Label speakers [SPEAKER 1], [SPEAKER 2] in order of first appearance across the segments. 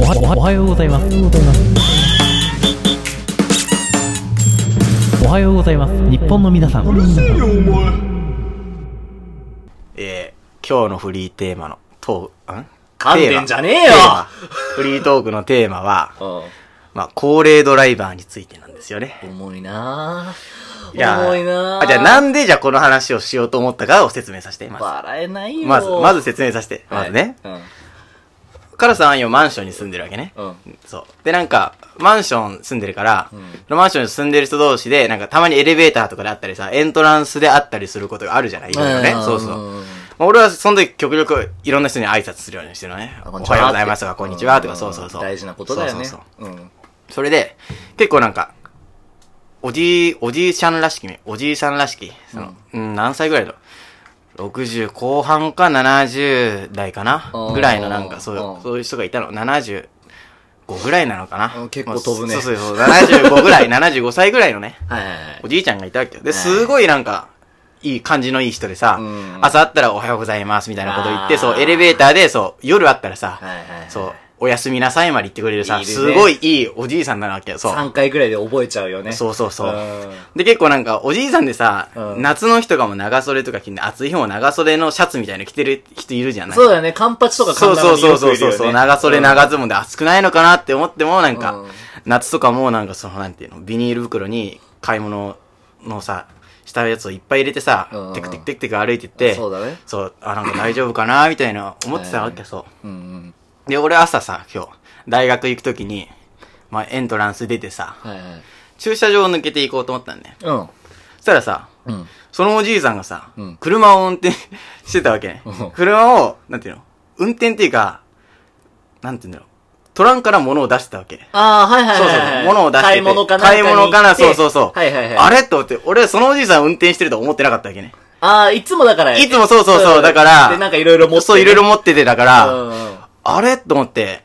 [SPEAKER 1] おはようございます。おはようございます。日本の皆さん。
[SPEAKER 2] えー、今日のフリーテーマの、トー、ん
[SPEAKER 3] 噛んでんじゃねえよ
[SPEAKER 2] テーマフリートークのテーマは、
[SPEAKER 3] う
[SPEAKER 2] まあ、高齢ドライバーについてなんですよね。
[SPEAKER 3] ん。重いなぁ。
[SPEAKER 2] いや
[SPEAKER 3] 重いなぁ。
[SPEAKER 2] あじゃあなんでじゃあこの話をしようと思ったかを説明させて、まず。
[SPEAKER 3] 笑えないよ。
[SPEAKER 2] まず、まず説明させて、ま
[SPEAKER 3] はい
[SPEAKER 2] ずね。
[SPEAKER 3] うん。
[SPEAKER 2] カラさんは今マンションに住んでるわけね。
[SPEAKER 3] うん。
[SPEAKER 2] そう。で、なんか、マンション住んでるから、
[SPEAKER 3] うん
[SPEAKER 2] そのマンションに住んでる人同士で、なんかたまにエレベーターとかであったりさ、エントランスであったりすることがあるじゃないいろいろね。そうそう。
[SPEAKER 3] ん。
[SPEAKER 2] まあ俺はその時極力いろんな人に挨拶するようにしてるのね。
[SPEAKER 3] あ
[SPEAKER 2] お
[SPEAKER 3] こんにち
[SPEAKER 2] はようございますとか、こんにちはとか、
[SPEAKER 3] ん
[SPEAKER 2] そうそうそう。
[SPEAKER 3] 大事なことだよね。
[SPEAKER 2] そうそう
[SPEAKER 3] うん。
[SPEAKER 2] そうそれで、結構なんか、おじい、おじいちゃんらしきね、おじいさんらしき、その、うん、何歳ぐらいだろう ?60 後半か70代かな
[SPEAKER 3] あー
[SPEAKER 2] ぐらいのなんかそう
[SPEAKER 3] う
[SPEAKER 2] い
[SPEAKER 3] ん
[SPEAKER 2] う、そういう人がいたの。75ぐらいなのか
[SPEAKER 3] う
[SPEAKER 2] なん
[SPEAKER 3] 結構飛ぶね
[SPEAKER 2] まあそうそうそう、75ぐらい、75歳ぐらいのね。
[SPEAKER 3] はいはいはい
[SPEAKER 2] お。じいちゃんがいたわけよ。で、
[SPEAKER 3] い
[SPEAKER 2] すごいなんか、いい感じのいい人でさ、
[SPEAKER 3] うん
[SPEAKER 2] 朝会ったらおはようございますみたいなこと言って、
[SPEAKER 3] あー
[SPEAKER 2] そう、エレベーターで、そう、夜会ったらさ、
[SPEAKER 3] はいはいはい。
[SPEAKER 2] そう、おやすみなさいまで言ってくれるさ、
[SPEAKER 3] いいね
[SPEAKER 2] すごいいいおじいさんなわけよ。そう。
[SPEAKER 3] 3回ぐらいで覚えちゃうよね。
[SPEAKER 2] そうそうそう
[SPEAKER 3] うん
[SPEAKER 2] で、結構なんか、おじいさんでさ、
[SPEAKER 3] うん
[SPEAKER 2] 夏の日とかも長袖とか着て、暑い日も長袖のシャツみたいの着てる人いるじゃない
[SPEAKER 3] そうだね。カンパチとかカ
[SPEAKER 2] そ
[SPEAKER 3] ン
[SPEAKER 2] う
[SPEAKER 3] パ
[SPEAKER 2] そう
[SPEAKER 3] チ
[SPEAKER 2] そうそうそうそう、長袖長ズボンで暑くないのかなって思っても、なんか、
[SPEAKER 3] うん
[SPEAKER 2] 夏とかもなんかその、なんていうの、ビニール袋に買い物のさ、したやつをいっぱい入れてさ、
[SPEAKER 3] うん
[SPEAKER 2] テクテクテクテク歩いてって、
[SPEAKER 3] そうだね
[SPEAKER 2] そう、あ、なんか大丈夫かなみたいな思ってたわけ、
[SPEAKER 3] はい
[SPEAKER 2] そ
[SPEAKER 3] うんうん。
[SPEAKER 2] う。で、俺朝さ、今日、大学行くときに、まあ、エントランス出てさ、
[SPEAKER 3] はいはい。
[SPEAKER 2] 駐車場を抜けていこうと思ったんだよ。
[SPEAKER 3] うん。
[SPEAKER 2] そしたらさ、
[SPEAKER 3] うん。
[SPEAKER 2] そのおじいさんがさ、
[SPEAKER 3] うん
[SPEAKER 2] 車を運転 してたわけね
[SPEAKER 3] うん。
[SPEAKER 2] 車を、なんていうの運転っていうか、なんていうんだろう。トランから物を出してたわけ。
[SPEAKER 3] ああ、はいはい
[SPEAKER 2] そう
[SPEAKER 3] は
[SPEAKER 2] そ
[SPEAKER 3] いうは
[SPEAKER 2] そう。
[SPEAKER 3] い。
[SPEAKER 2] 物を出してて。
[SPEAKER 3] 買い物かな
[SPEAKER 2] 買い物かな、
[SPEAKER 3] に行
[SPEAKER 2] そ
[SPEAKER 3] っ
[SPEAKER 2] う
[SPEAKER 3] て
[SPEAKER 2] そうそう。
[SPEAKER 3] はいはいはい。
[SPEAKER 2] あれと思って、俺そのおじいさん運転してると思ってなかったわけね。
[SPEAKER 3] ああ、いつもだから。
[SPEAKER 2] いつもそうそうそう。だから、
[SPEAKER 3] で、なんかいろいろ持ってね。
[SPEAKER 2] そう、いろいろ持ってて、だから、
[SPEAKER 3] うんうん。
[SPEAKER 2] あれと思って、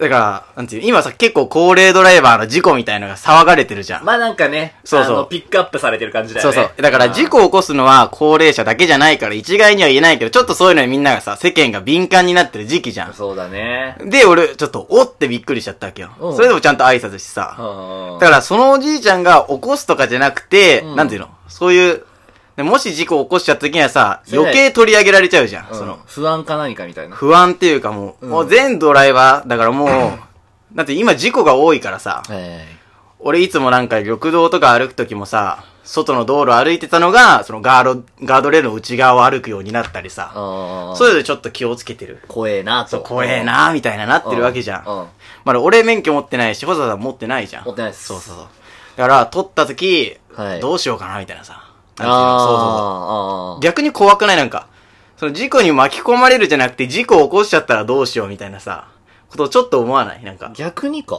[SPEAKER 2] だから、なんていう、今さ、結構高齢ドライバーの事故みたいのが騒がれてるじゃん。
[SPEAKER 3] まあなんかね、
[SPEAKER 2] そうそう
[SPEAKER 3] あの、ピックアップされてる感じだよ
[SPEAKER 2] そう
[SPEAKER 3] ね。
[SPEAKER 2] そう。だから事故を起こすのは高齢者だけじゃないから一概には言えないけど、ちょっとそういうのにみんながさ、世間が敏感になってる時期じゃ
[SPEAKER 3] うん
[SPEAKER 2] ん。
[SPEAKER 3] そうだね。
[SPEAKER 2] で、俺、ちょっと、おってびっくりしちゃったわけよ。
[SPEAKER 3] うん
[SPEAKER 2] それでもちゃんと挨拶してさ。だから、そのおじいちゃんが起こすとかじゃなくて、
[SPEAKER 3] うん
[SPEAKER 2] なんていうのそういう、でもし事故を起こしちゃった時にはさ、
[SPEAKER 3] それ
[SPEAKER 2] 余計取り上げられちゃうじゃん。
[SPEAKER 3] うん
[SPEAKER 2] その、
[SPEAKER 3] 不安か何かみたいな。
[SPEAKER 2] 不安っていうかもう、
[SPEAKER 3] うん
[SPEAKER 2] もう全ドライバー、だからもう、だって今事故が多いからさ、
[SPEAKER 3] え
[SPEAKER 2] 俺いつもなんか緑道とか歩くときもさ、外の道路歩いてたのが、そのガード、ガードレールの内側を歩くようになったりさ、
[SPEAKER 3] あ
[SPEAKER 2] そういうのでちょっと気をつけてる。
[SPEAKER 3] 怖えな
[SPEAKER 2] そ
[SPEAKER 3] と。
[SPEAKER 2] う、怖えなーみたいななってるわけじゃ
[SPEAKER 3] うんうん
[SPEAKER 2] ん。まだ俺免許持ってないし、保田さん持ってないじゃん。
[SPEAKER 3] 持ってないです
[SPEAKER 2] そうそうそう。だから、取ったとき、
[SPEAKER 3] はい
[SPEAKER 2] どうしようかなみたいなさ。なんていうのそうそうそう。
[SPEAKER 3] あーあー。
[SPEAKER 2] 逆に怖くないなんか、その事故に巻き込まれるじゃなくて、事故を起こしちゃったらどうしようみたいなさ、ことをちょっと思わないなんか。
[SPEAKER 3] 逆に か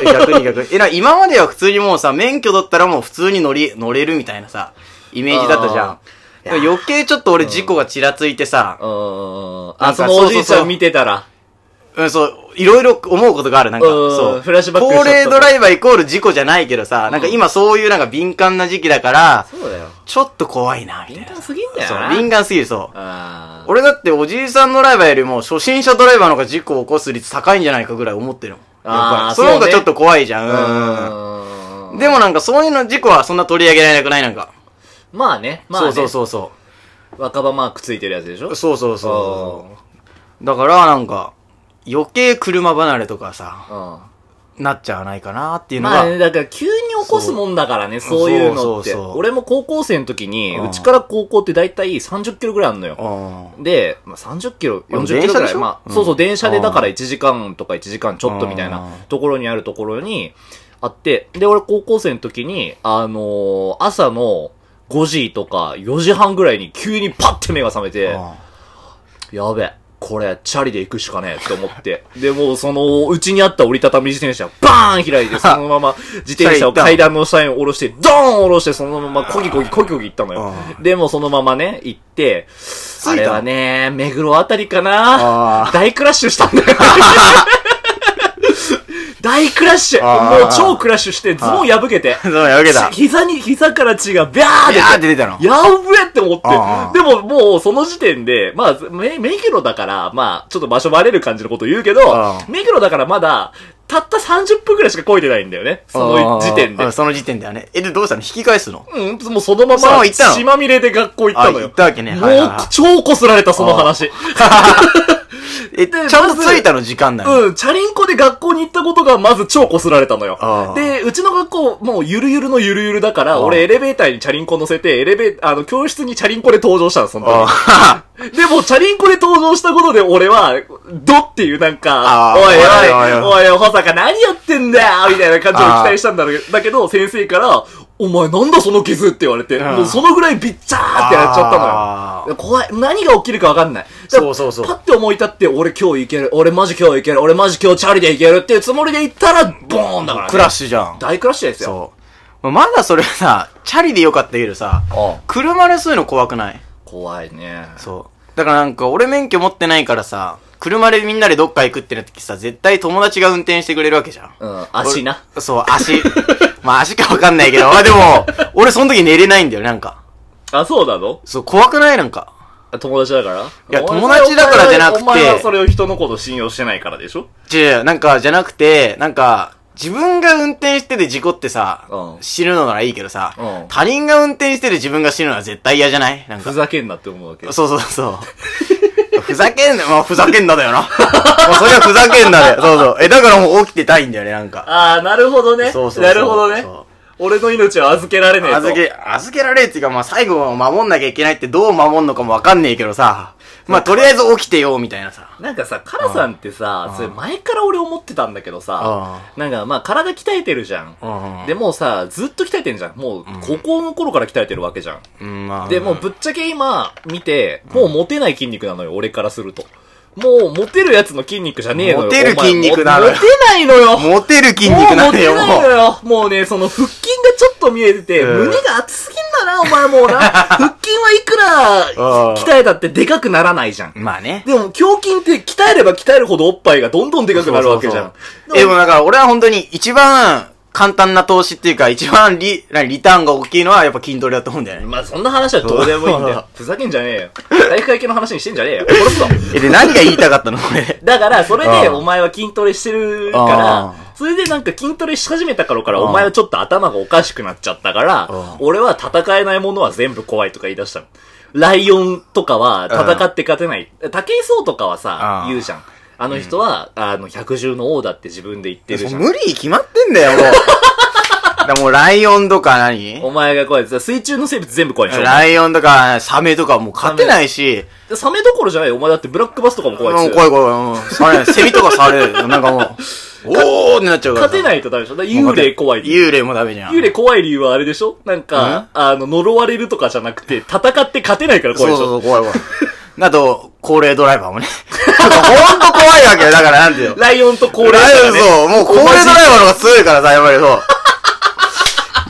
[SPEAKER 2] え逆に逆に。え、な、今までは普通にもうさ、免許取ったらもう普通に乗り、乗れるみたいなさ、イメージだったじゃん
[SPEAKER 3] あ。
[SPEAKER 2] だから余計ちょっと俺事故がちらついてさ
[SPEAKER 3] う、ん。
[SPEAKER 2] な
[SPEAKER 3] あ、
[SPEAKER 2] んか
[SPEAKER 3] そのおじ
[SPEAKER 2] そう
[SPEAKER 3] いち
[SPEAKER 2] そう
[SPEAKER 3] ゃ
[SPEAKER 2] そうん
[SPEAKER 3] 見てたら。
[SPEAKER 2] うん、そう、いろいろ思うことがある。なんか、
[SPEAKER 3] うん
[SPEAKER 2] そう。
[SPEAKER 3] フラッシュバックしち
[SPEAKER 2] 高
[SPEAKER 3] ゃった
[SPEAKER 2] 齢ドライバーイコール事故じゃないけどさ、なんか
[SPEAKER 3] うん
[SPEAKER 2] 今そういうなんか敏感な時期だから、
[SPEAKER 3] そうだよ。
[SPEAKER 2] ちょっと怖いな、みた
[SPEAKER 3] 敏
[SPEAKER 2] いな。
[SPEAKER 3] 感すぎんだよ
[SPEAKER 2] そう、
[SPEAKER 3] な。
[SPEAKER 2] 敏感すぎる、そう。
[SPEAKER 3] あー
[SPEAKER 2] 俺だっておじいさんドライバーよりも初心者ドライバーの方が事故を起こす率高いんじゃないかぐらい思ってるもん。
[SPEAKER 3] あー
[SPEAKER 2] その方
[SPEAKER 3] そう
[SPEAKER 2] が
[SPEAKER 3] ね
[SPEAKER 2] ちょっと怖いじゃん。うん
[SPEAKER 3] うーん。
[SPEAKER 2] でもなんかそういうの事故はそんな取り上げられなくないなんか。
[SPEAKER 3] まあね、まあ
[SPEAKER 2] そ
[SPEAKER 3] ね。
[SPEAKER 2] うそうそうそ
[SPEAKER 3] 若葉マークついてるやつでしょ
[SPEAKER 2] う。そうそうそう。だからなんか、余計車離れとかさ、
[SPEAKER 3] うん。うん。
[SPEAKER 2] なっちゃわないかなっていうの
[SPEAKER 3] ま
[SPEAKER 2] が。
[SPEAKER 3] あね、だから急に起こすもんだからね、
[SPEAKER 2] そう
[SPEAKER 3] そういうのって。
[SPEAKER 2] そうそうそう
[SPEAKER 3] 俺も高校生の時に、
[SPEAKER 2] うん
[SPEAKER 3] うちから高校って大体30キロぐらいあんのよ。
[SPEAKER 2] う
[SPEAKER 3] で、まあ、30キロ、40キ
[SPEAKER 2] 電車
[SPEAKER 3] ロぐ
[SPEAKER 2] で
[SPEAKER 3] ら
[SPEAKER 2] し
[SPEAKER 3] い。
[SPEAKER 2] ょ
[SPEAKER 3] まあ、
[SPEAKER 2] うん
[SPEAKER 3] そうそう、電車でだから1時間とか1時間ちょっとみたいな
[SPEAKER 2] うん
[SPEAKER 3] ところにあるところにあって、で、俺高校生の時に、あのー朝の5時とか4時半ぐらいに急にパッて目が覚めて、
[SPEAKER 2] ん。
[SPEAKER 3] やべ、これ、チャリで行くしかねえって思って。 で、もうその、うちにあった折りたたみ自転車、バーン 開いて、そのまま自転車を階段の下に下ろして、ドーン下ろして、そのままコギコギコギコギ行ったのよ。で、もうそのままね、行って、
[SPEAKER 2] た
[SPEAKER 3] あれはね、目黒あたりかな
[SPEAKER 2] あー
[SPEAKER 3] 大クラッシュしたんだよ。大クラッシュ
[SPEAKER 2] あー
[SPEAKER 3] もう超クラッシュして、ズボン破けて。
[SPEAKER 2] そうやわけだ。
[SPEAKER 3] 膝に、膝から血がビャー
[SPEAKER 2] いやーっ
[SPEAKER 3] っ。
[SPEAKER 2] てて出たの。
[SPEAKER 3] やっべえって思
[SPEAKER 2] あ
[SPEAKER 3] っ
[SPEAKER 2] あ
[SPEAKER 3] て。でももうその時点で、まあ、メメイケロだから、まあ、ちょっと場所バレる感じのこと言うけど
[SPEAKER 2] ああ、
[SPEAKER 3] メイケロだからまだ、たった30分くらいしかこいてないんだよね。その時点で
[SPEAKER 2] あー。その時点ではね。え、で、どうしたの引き返すの
[SPEAKER 3] うん、もうそのま
[SPEAKER 2] そのま
[SPEAKER 3] ま、
[SPEAKER 2] ま行ったの
[SPEAKER 3] 血まみれで学校行ったの
[SPEAKER 2] あ
[SPEAKER 3] よ。
[SPEAKER 2] 行ったわけね
[SPEAKER 3] も
[SPEAKER 2] はいはいは
[SPEAKER 3] う
[SPEAKER 2] い、
[SPEAKER 3] 超こすられた、その話。
[SPEAKER 2] え、ちゃんと着いたの時間だよ。
[SPEAKER 3] うん、チャリンコで学校に行ったことがまず超こすられたのよ
[SPEAKER 2] あ。あ
[SPEAKER 3] で、うちの学校、もうゆるゆるのゆるゆるだから、
[SPEAKER 2] あ
[SPEAKER 3] 俺エレベーターにチャリンコ乗せて、エレベーあの、教室にチャリンコで登場したの、その時。
[SPEAKER 2] あ
[SPEAKER 3] でも、チャリンコで登場したことで俺は、どっていうなんか、
[SPEAKER 2] あー
[SPEAKER 3] おい
[SPEAKER 2] おい
[SPEAKER 3] おい、おいおい、保坂何やってんだよみたいな感じを
[SPEAKER 2] あー
[SPEAKER 3] 期待したんだろうだけど、先生から、お前なんだその傷って言われて、
[SPEAKER 2] ん
[SPEAKER 3] もうそのぐらいビッチャーってやっちゃったのよ。
[SPEAKER 2] あー
[SPEAKER 3] 怖い。何が起きるか分かんない。
[SPEAKER 2] そうそうそう
[SPEAKER 3] パッて思い立って、俺今日行ける。俺マジ今日行ける。俺マジ今日チャリで行けるっていうつもりで行ったら、ボーンだから、ね。
[SPEAKER 2] クラッシュじゃん。
[SPEAKER 3] 大クラッシュですよ。
[SPEAKER 2] そう。まだそれさ、チャリでよかったけどさ、
[SPEAKER 3] ああ
[SPEAKER 2] 車でそういうの怖くない
[SPEAKER 3] 怖いね。
[SPEAKER 2] そう。だからなんか、俺免許持ってないからさ、車でみんなでどっか行くってなった時さ、絶対友達が運転してくれるわけじゃん。
[SPEAKER 3] うん、足な。
[SPEAKER 2] 俺。そう、足。 まあ足かわかんないけど、まあでも、俺その時寝れないんだよ、なんか。
[SPEAKER 3] あ、そうなの
[SPEAKER 2] そう、怖くないなんか。
[SPEAKER 3] 友達だから
[SPEAKER 2] いや友達だからじゃなくて
[SPEAKER 3] お前はそれを人のこと信用してないからでしょ
[SPEAKER 2] 違う、なんか、じゃなくて、なんか、自分が運転してて事故ってさ、
[SPEAKER 3] うん
[SPEAKER 2] 死ぬのならいいけどさ、
[SPEAKER 3] うん
[SPEAKER 2] 他人が運転してて自分が死ぬのは絶対嫌じゃないなん
[SPEAKER 3] ふ
[SPEAKER 2] か。
[SPEAKER 3] ざけんなって思うわけ。
[SPEAKER 2] そうそうそう。ふざけんな、まあふざけんなだよな。 まあそれはふざけんなだよ。そうそう。え、だからもう起きてたいんだよね、なんか。
[SPEAKER 3] ああ、なるほどね。
[SPEAKER 2] そうそうそう
[SPEAKER 3] なるほどね
[SPEAKER 2] そう。
[SPEAKER 3] 俺の命は預けられねえと。
[SPEAKER 2] 預け、預けられるっていうか、まあ最後は守んなきゃいけないってどう守んのかもわかんねえけどさ、まあとりあえず起きてよ、みたいなさ。
[SPEAKER 3] なんかさ、カラさんってさ、それ前から俺思ってたんだけどさ、なんかまあ体鍛えてるじゃ
[SPEAKER 2] うん
[SPEAKER 3] ん
[SPEAKER 2] う。ん
[SPEAKER 3] でもうさ、ずっと鍛えてんじゃん。もう高校の頃から鍛えてるわけじゃん。
[SPEAKER 2] うん、まあ。
[SPEAKER 3] で、もうぶっちゃけ今見て、もう持てない筋肉なのよ、俺からすると。もう持てるやつの筋肉じゃねえのよ。
[SPEAKER 2] 持てる
[SPEAKER 3] お前
[SPEAKER 2] 筋肉なのよ
[SPEAKER 3] 持てないのよ。
[SPEAKER 2] モテる筋肉なんだよ、
[SPEAKER 3] もう
[SPEAKER 2] も
[SPEAKER 3] 持てないの
[SPEAKER 2] う。
[SPEAKER 3] よ。もうね、その腹筋がちょっと見えてて、
[SPEAKER 2] うん
[SPEAKER 3] 胸が熱すぎんだな、お前もう な。腹筋はいく
[SPEAKER 2] う
[SPEAKER 3] ら
[SPEAKER 2] ん
[SPEAKER 3] 鍛えたってでかくならないじゃん。
[SPEAKER 2] まあね。
[SPEAKER 3] でも、胸筋って鍛えれば鍛えるほどおっぱいがどんどんでかくなるわけじゃん
[SPEAKER 2] そう。そうそうでもだから俺は本当に一番簡単な投資っていうか、一番リなリターンが大きいのはやっぱ筋トレだと思うんだよね。
[SPEAKER 3] まあ、そんな話はどうでもいいんだよ。ふざけんじゃねえよ。体育会系の話にしてんじゃねえよ。殺すぞ。
[SPEAKER 2] え、で何が言いたかったのこれ。
[SPEAKER 3] だから、それで
[SPEAKER 2] うん
[SPEAKER 3] お前は筋トレしてる
[SPEAKER 2] うん
[SPEAKER 3] から、それでなんか筋トレし始めた頃から
[SPEAKER 2] うん
[SPEAKER 3] お前はちょっと頭がおかしくなっちゃったから
[SPEAKER 2] うん、
[SPEAKER 3] 俺は戦えないものは全部怖いとか言い出したの。ライオンとかは戦って勝てない。武井壮とかはさ、
[SPEAKER 2] うん
[SPEAKER 3] 言うじゃん。あの人は、あの、百獣の王だって自分で言ってるじゃん。
[SPEAKER 2] 無理に決まってんだよ、もう。だからもうライオンとか何
[SPEAKER 3] お前が怖い。水中の生物全部怖いでしょ。
[SPEAKER 2] ライオンとかサメとかもう勝てないし、
[SPEAKER 3] サメどころじゃないよ。お前だってブラックバスとかも
[SPEAKER 2] も
[SPEAKER 3] 怖
[SPEAKER 2] う
[SPEAKER 3] いっす
[SPEAKER 2] 怖い怖い、うん、触れない。セミとか触れるよ。なんかもう、おーってなっちゃうからさ。
[SPEAKER 3] 勝てないとダメでしょ。だから幽霊怖い。幽
[SPEAKER 2] 幽霊もダメじゃん。
[SPEAKER 3] 霊怖い理由はあれでしょなんか、あの、呪われるとかじゃ なくて、戦って勝てないから
[SPEAKER 2] そ
[SPEAKER 3] 怖
[SPEAKER 2] う
[SPEAKER 3] い
[SPEAKER 2] そ
[SPEAKER 3] で
[SPEAKER 2] う
[SPEAKER 3] しょ。
[SPEAKER 2] そう、怖い怖い。 あと、高齢ドライバーも ね。ちょっとほんと怖いわけよ。だからなんていうの。
[SPEAKER 3] ライオンと高齢
[SPEAKER 2] ライオン
[SPEAKER 3] ね。
[SPEAKER 2] そう、もう高齢ドライバーの方が強いからさ、やっぱりそう。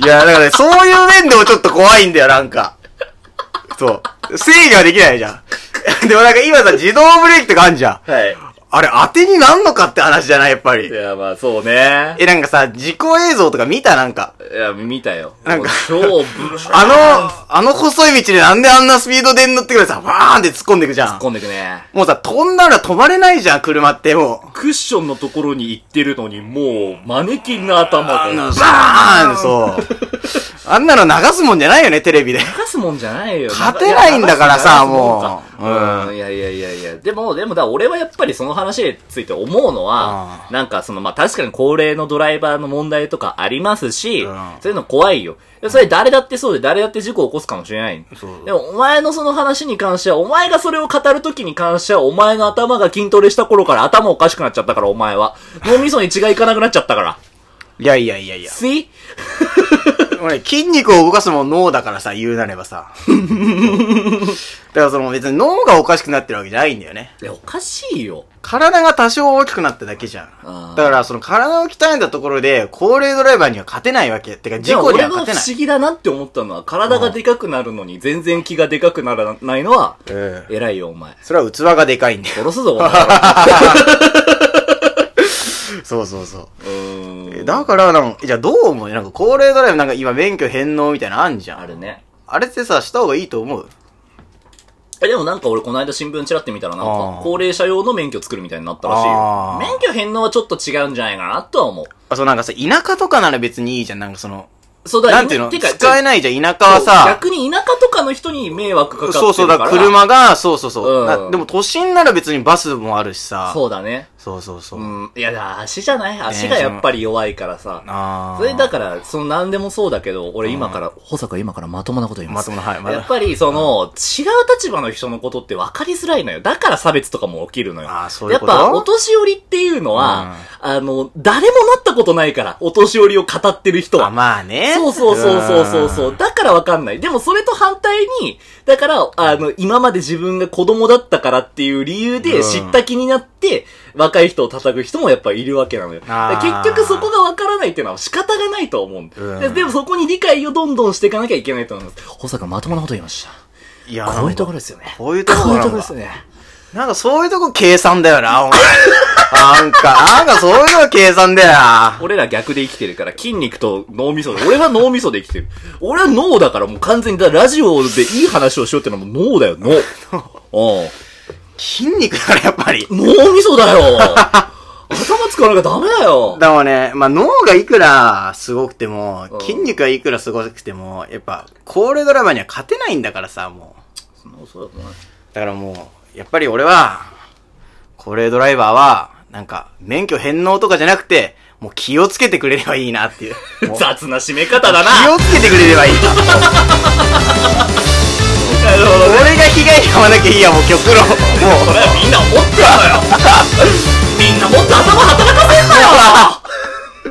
[SPEAKER 2] いや、だからね、そういう面でもちょっと怖いんだよ、なんか。そう。制御はできないじゃん。 でもなんか今さ、自動ブレーキとかあんじゃん。
[SPEAKER 3] は
[SPEAKER 2] あれ、当てになんのかって話じゃない、やっぱ
[SPEAKER 3] い。
[SPEAKER 2] り
[SPEAKER 3] い。や、まあそうね。
[SPEAKER 2] え、なんかさ、事故映像とか見たなんか。
[SPEAKER 3] いや、見たよ。
[SPEAKER 2] なんか
[SPEAKER 3] もう超ブシャー
[SPEAKER 2] あの、あの細い道でなんであんなスピードで乗ってくるさ、バーンって突っ込んでいくじゃん。
[SPEAKER 3] 突っ込んでくね。
[SPEAKER 2] もうさ、飛んだら止まれないじゃん、車って、もう。
[SPEAKER 3] クッションのところに行ってるのに、もう、マネキンの頭が。
[SPEAKER 2] バ
[SPEAKER 3] 流
[SPEAKER 2] ーンそう。あんなの流すもんじゃないよね、テレビで。
[SPEAKER 3] すもんじゃないよ。
[SPEAKER 2] 勝てないんだからさ
[SPEAKER 3] 流すもんか
[SPEAKER 2] もううん
[SPEAKER 3] いやいやいやいや。でも、でもだ、俺はやっぱりその話について思うのは、なんかその、まあ、確かに高齢のドライバーの問題とかありますし、
[SPEAKER 2] うん
[SPEAKER 3] そういうの怖いよ。でそれ誰だってそうで、誰だって事故を起こすかもしれない。
[SPEAKER 2] そう
[SPEAKER 3] でも、お前のその話に関しては、お前がそれを語るときに関しては、お前の頭が筋トレした頃から頭おかしくなっちゃったから、お前は。脳みそに血がいかなくなっちゃったから。
[SPEAKER 2] いやいやいやいや。
[SPEAKER 3] See?
[SPEAKER 2] 俺、筋肉を動かすもん脳だからさ、言うなればさ。そうだからその別に脳がおかしくなってるわけじゃないんだよね。
[SPEAKER 3] いやおかしいよ。
[SPEAKER 2] 体が多少大きくなっただけじゃ
[SPEAKER 3] あ
[SPEAKER 2] ん
[SPEAKER 3] ー。
[SPEAKER 2] だからその体を鍛えたところで、高齢ドライバーには勝てないわけ。てか、事故には
[SPEAKER 3] でも
[SPEAKER 2] 勝
[SPEAKER 3] 俺
[SPEAKER 2] て
[SPEAKER 3] が
[SPEAKER 2] な
[SPEAKER 3] 不
[SPEAKER 2] い。
[SPEAKER 3] 思議だなって思ったのは、体がでかくなるのに全然気がでかくならないのは、
[SPEAKER 2] うん。
[SPEAKER 3] 偉いよ、お前。
[SPEAKER 2] それは器がでかいんだよ。
[SPEAKER 3] 殺すぞ、お前。
[SPEAKER 2] そうそうそう。
[SPEAKER 3] うー
[SPEAKER 2] え
[SPEAKER 3] ん。
[SPEAKER 2] だからなん、じゃあどう思うなんか高齢ドライブなんか今免許返納みたいなのあんじゃん。
[SPEAKER 3] あるね。
[SPEAKER 2] あれってさ、した方がいいと思う
[SPEAKER 3] え、でもなんか俺この間新聞チラって見たらな
[SPEAKER 2] あ
[SPEAKER 3] んか
[SPEAKER 2] ー、
[SPEAKER 3] 高齢者用の免許作るみたいになったらし
[SPEAKER 2] あ
[SPEAKER 3] いよ。
[SPEAKER 2] ー
[SPEAKER 3] 免許返納はちょっと違うんじゃないかなとは思う。
[SPEAKER 2] あ、そうなんかさ、田舎とかなら別にいいじゃん。なんかその、
[SPEAKER 3] そうだ、
[SPEAKER 2] なんていうの
[SPEAKER 3] てか
[SPEAKER 2] 使えないじゃん。田舎はさ、
[SPEAKER 3] 逆に田舎とかの人に迷惑かかってるから。
[SPEAKER 2] そうそう、だから車が、そうそうそうう。
[SPEAKER 3] ん
[SPEAKER 2] なでも都心なら別にバスもあるしさ。
[SPEAKER 3] そうだね。
[SPEAKER 2] そうそうそうう。
[SPEAKER 3] ん。いや、足じゃない足がやっぱり弱いからさ。
[SPEAKER 2] ああ。
[SPEAKER 3] それだから、その何でもそうだけど、俺今から、保坂今からまともなこと言います。
[SPEAKER 2] まともなはいまだ
[SPEAKER 3] やっぱり、その、違う立場の人のことって分かりづらいのよ。だから差別とかも起きるのよ。
[SPEAKER 2] あーそういうこと
[SPEAKER 3] やっぱ、お年寄りっていうのは、あの、誰もなったことないから、お年寄りを語ってる人は。
[SPEAKER 2] あ、まあね。
[SPEAKER 3] そうそうそうそうそうそうう。だからわかんない。でもそれと反対に、だから、あの、今まで自分が子供だったからっていう理由
[SPEAKER 2] う
[SPEAKER 3] で
[SPEAKER 2] ん
[SPEAKER 3] 知った気になって、若い人を叩く人もやっぱいるわけなのよ。だ
[SPEAKER 2] あー
[SPEAKER 3] から結局そこがわからないっていうのは仕方がないと思うんだ
[SPEAKER 2] うん
[SPEAKER 3] ででもそこに理解をどんどんしていかなきゃいけないと思います。保坂まともなこと言いました。
[SPEAKER 2] ん。いや、
[SPEAKER 3] こういうとこ
[SPEAKER 2] ろ。
[SPEAKER 3] ろですよね。
[SPEAKER 2] こういうところ
[SPEAKER 3] こうい
[SPEAKER 2] な
[SPEAKER 3] うんと
[SPEAKER 2] だ
[SPEAKER 3] ころですよね。
[SPEAKER 2] なんかそういうとこ計算だよな、お前 なんか、なんかそういうとこ計算だよな。
[SPEAKER 3] 俺ら逆で生きてるから、筋肉と脳みそで、俺は脳みそで生きてる。俺は脳だからもう完全に、だからラジオでいい話をしようってのはもう脳だよ、脳。うん。
[SPEAKER 2] 筋肉だからやっぱり。
[SPEAKER 3] 脳みそだよ頭使わなきゃダメ だよ
[SPEAKER 2] でもね、まあ、脳がいくらすごくても、筋肉がいくらすごくても、やっぱ、高齢ドラマには勝てないんだからさ、もう。
[SPEAKER 3] そんなそうだよね
[SPEAKER 2] だからもう、やっぱり俺は、高齢ドライバーは、なんか、免許返納とかじゃなくて、もう気をつけてくれればいいなって いう。もう気を
[SPEAKER 3] 雑な締め方だな
[SPEAKER 2] つけてくれればいいな。
[SPEAKER 3] なるほ どね
[SPEAKER 2] 俺が被害に遭わなきゃいいや、もう極論。もう
[SPEAKER 3] そ。れはみんな思ってんのよみんなもっと頭働かせんなよ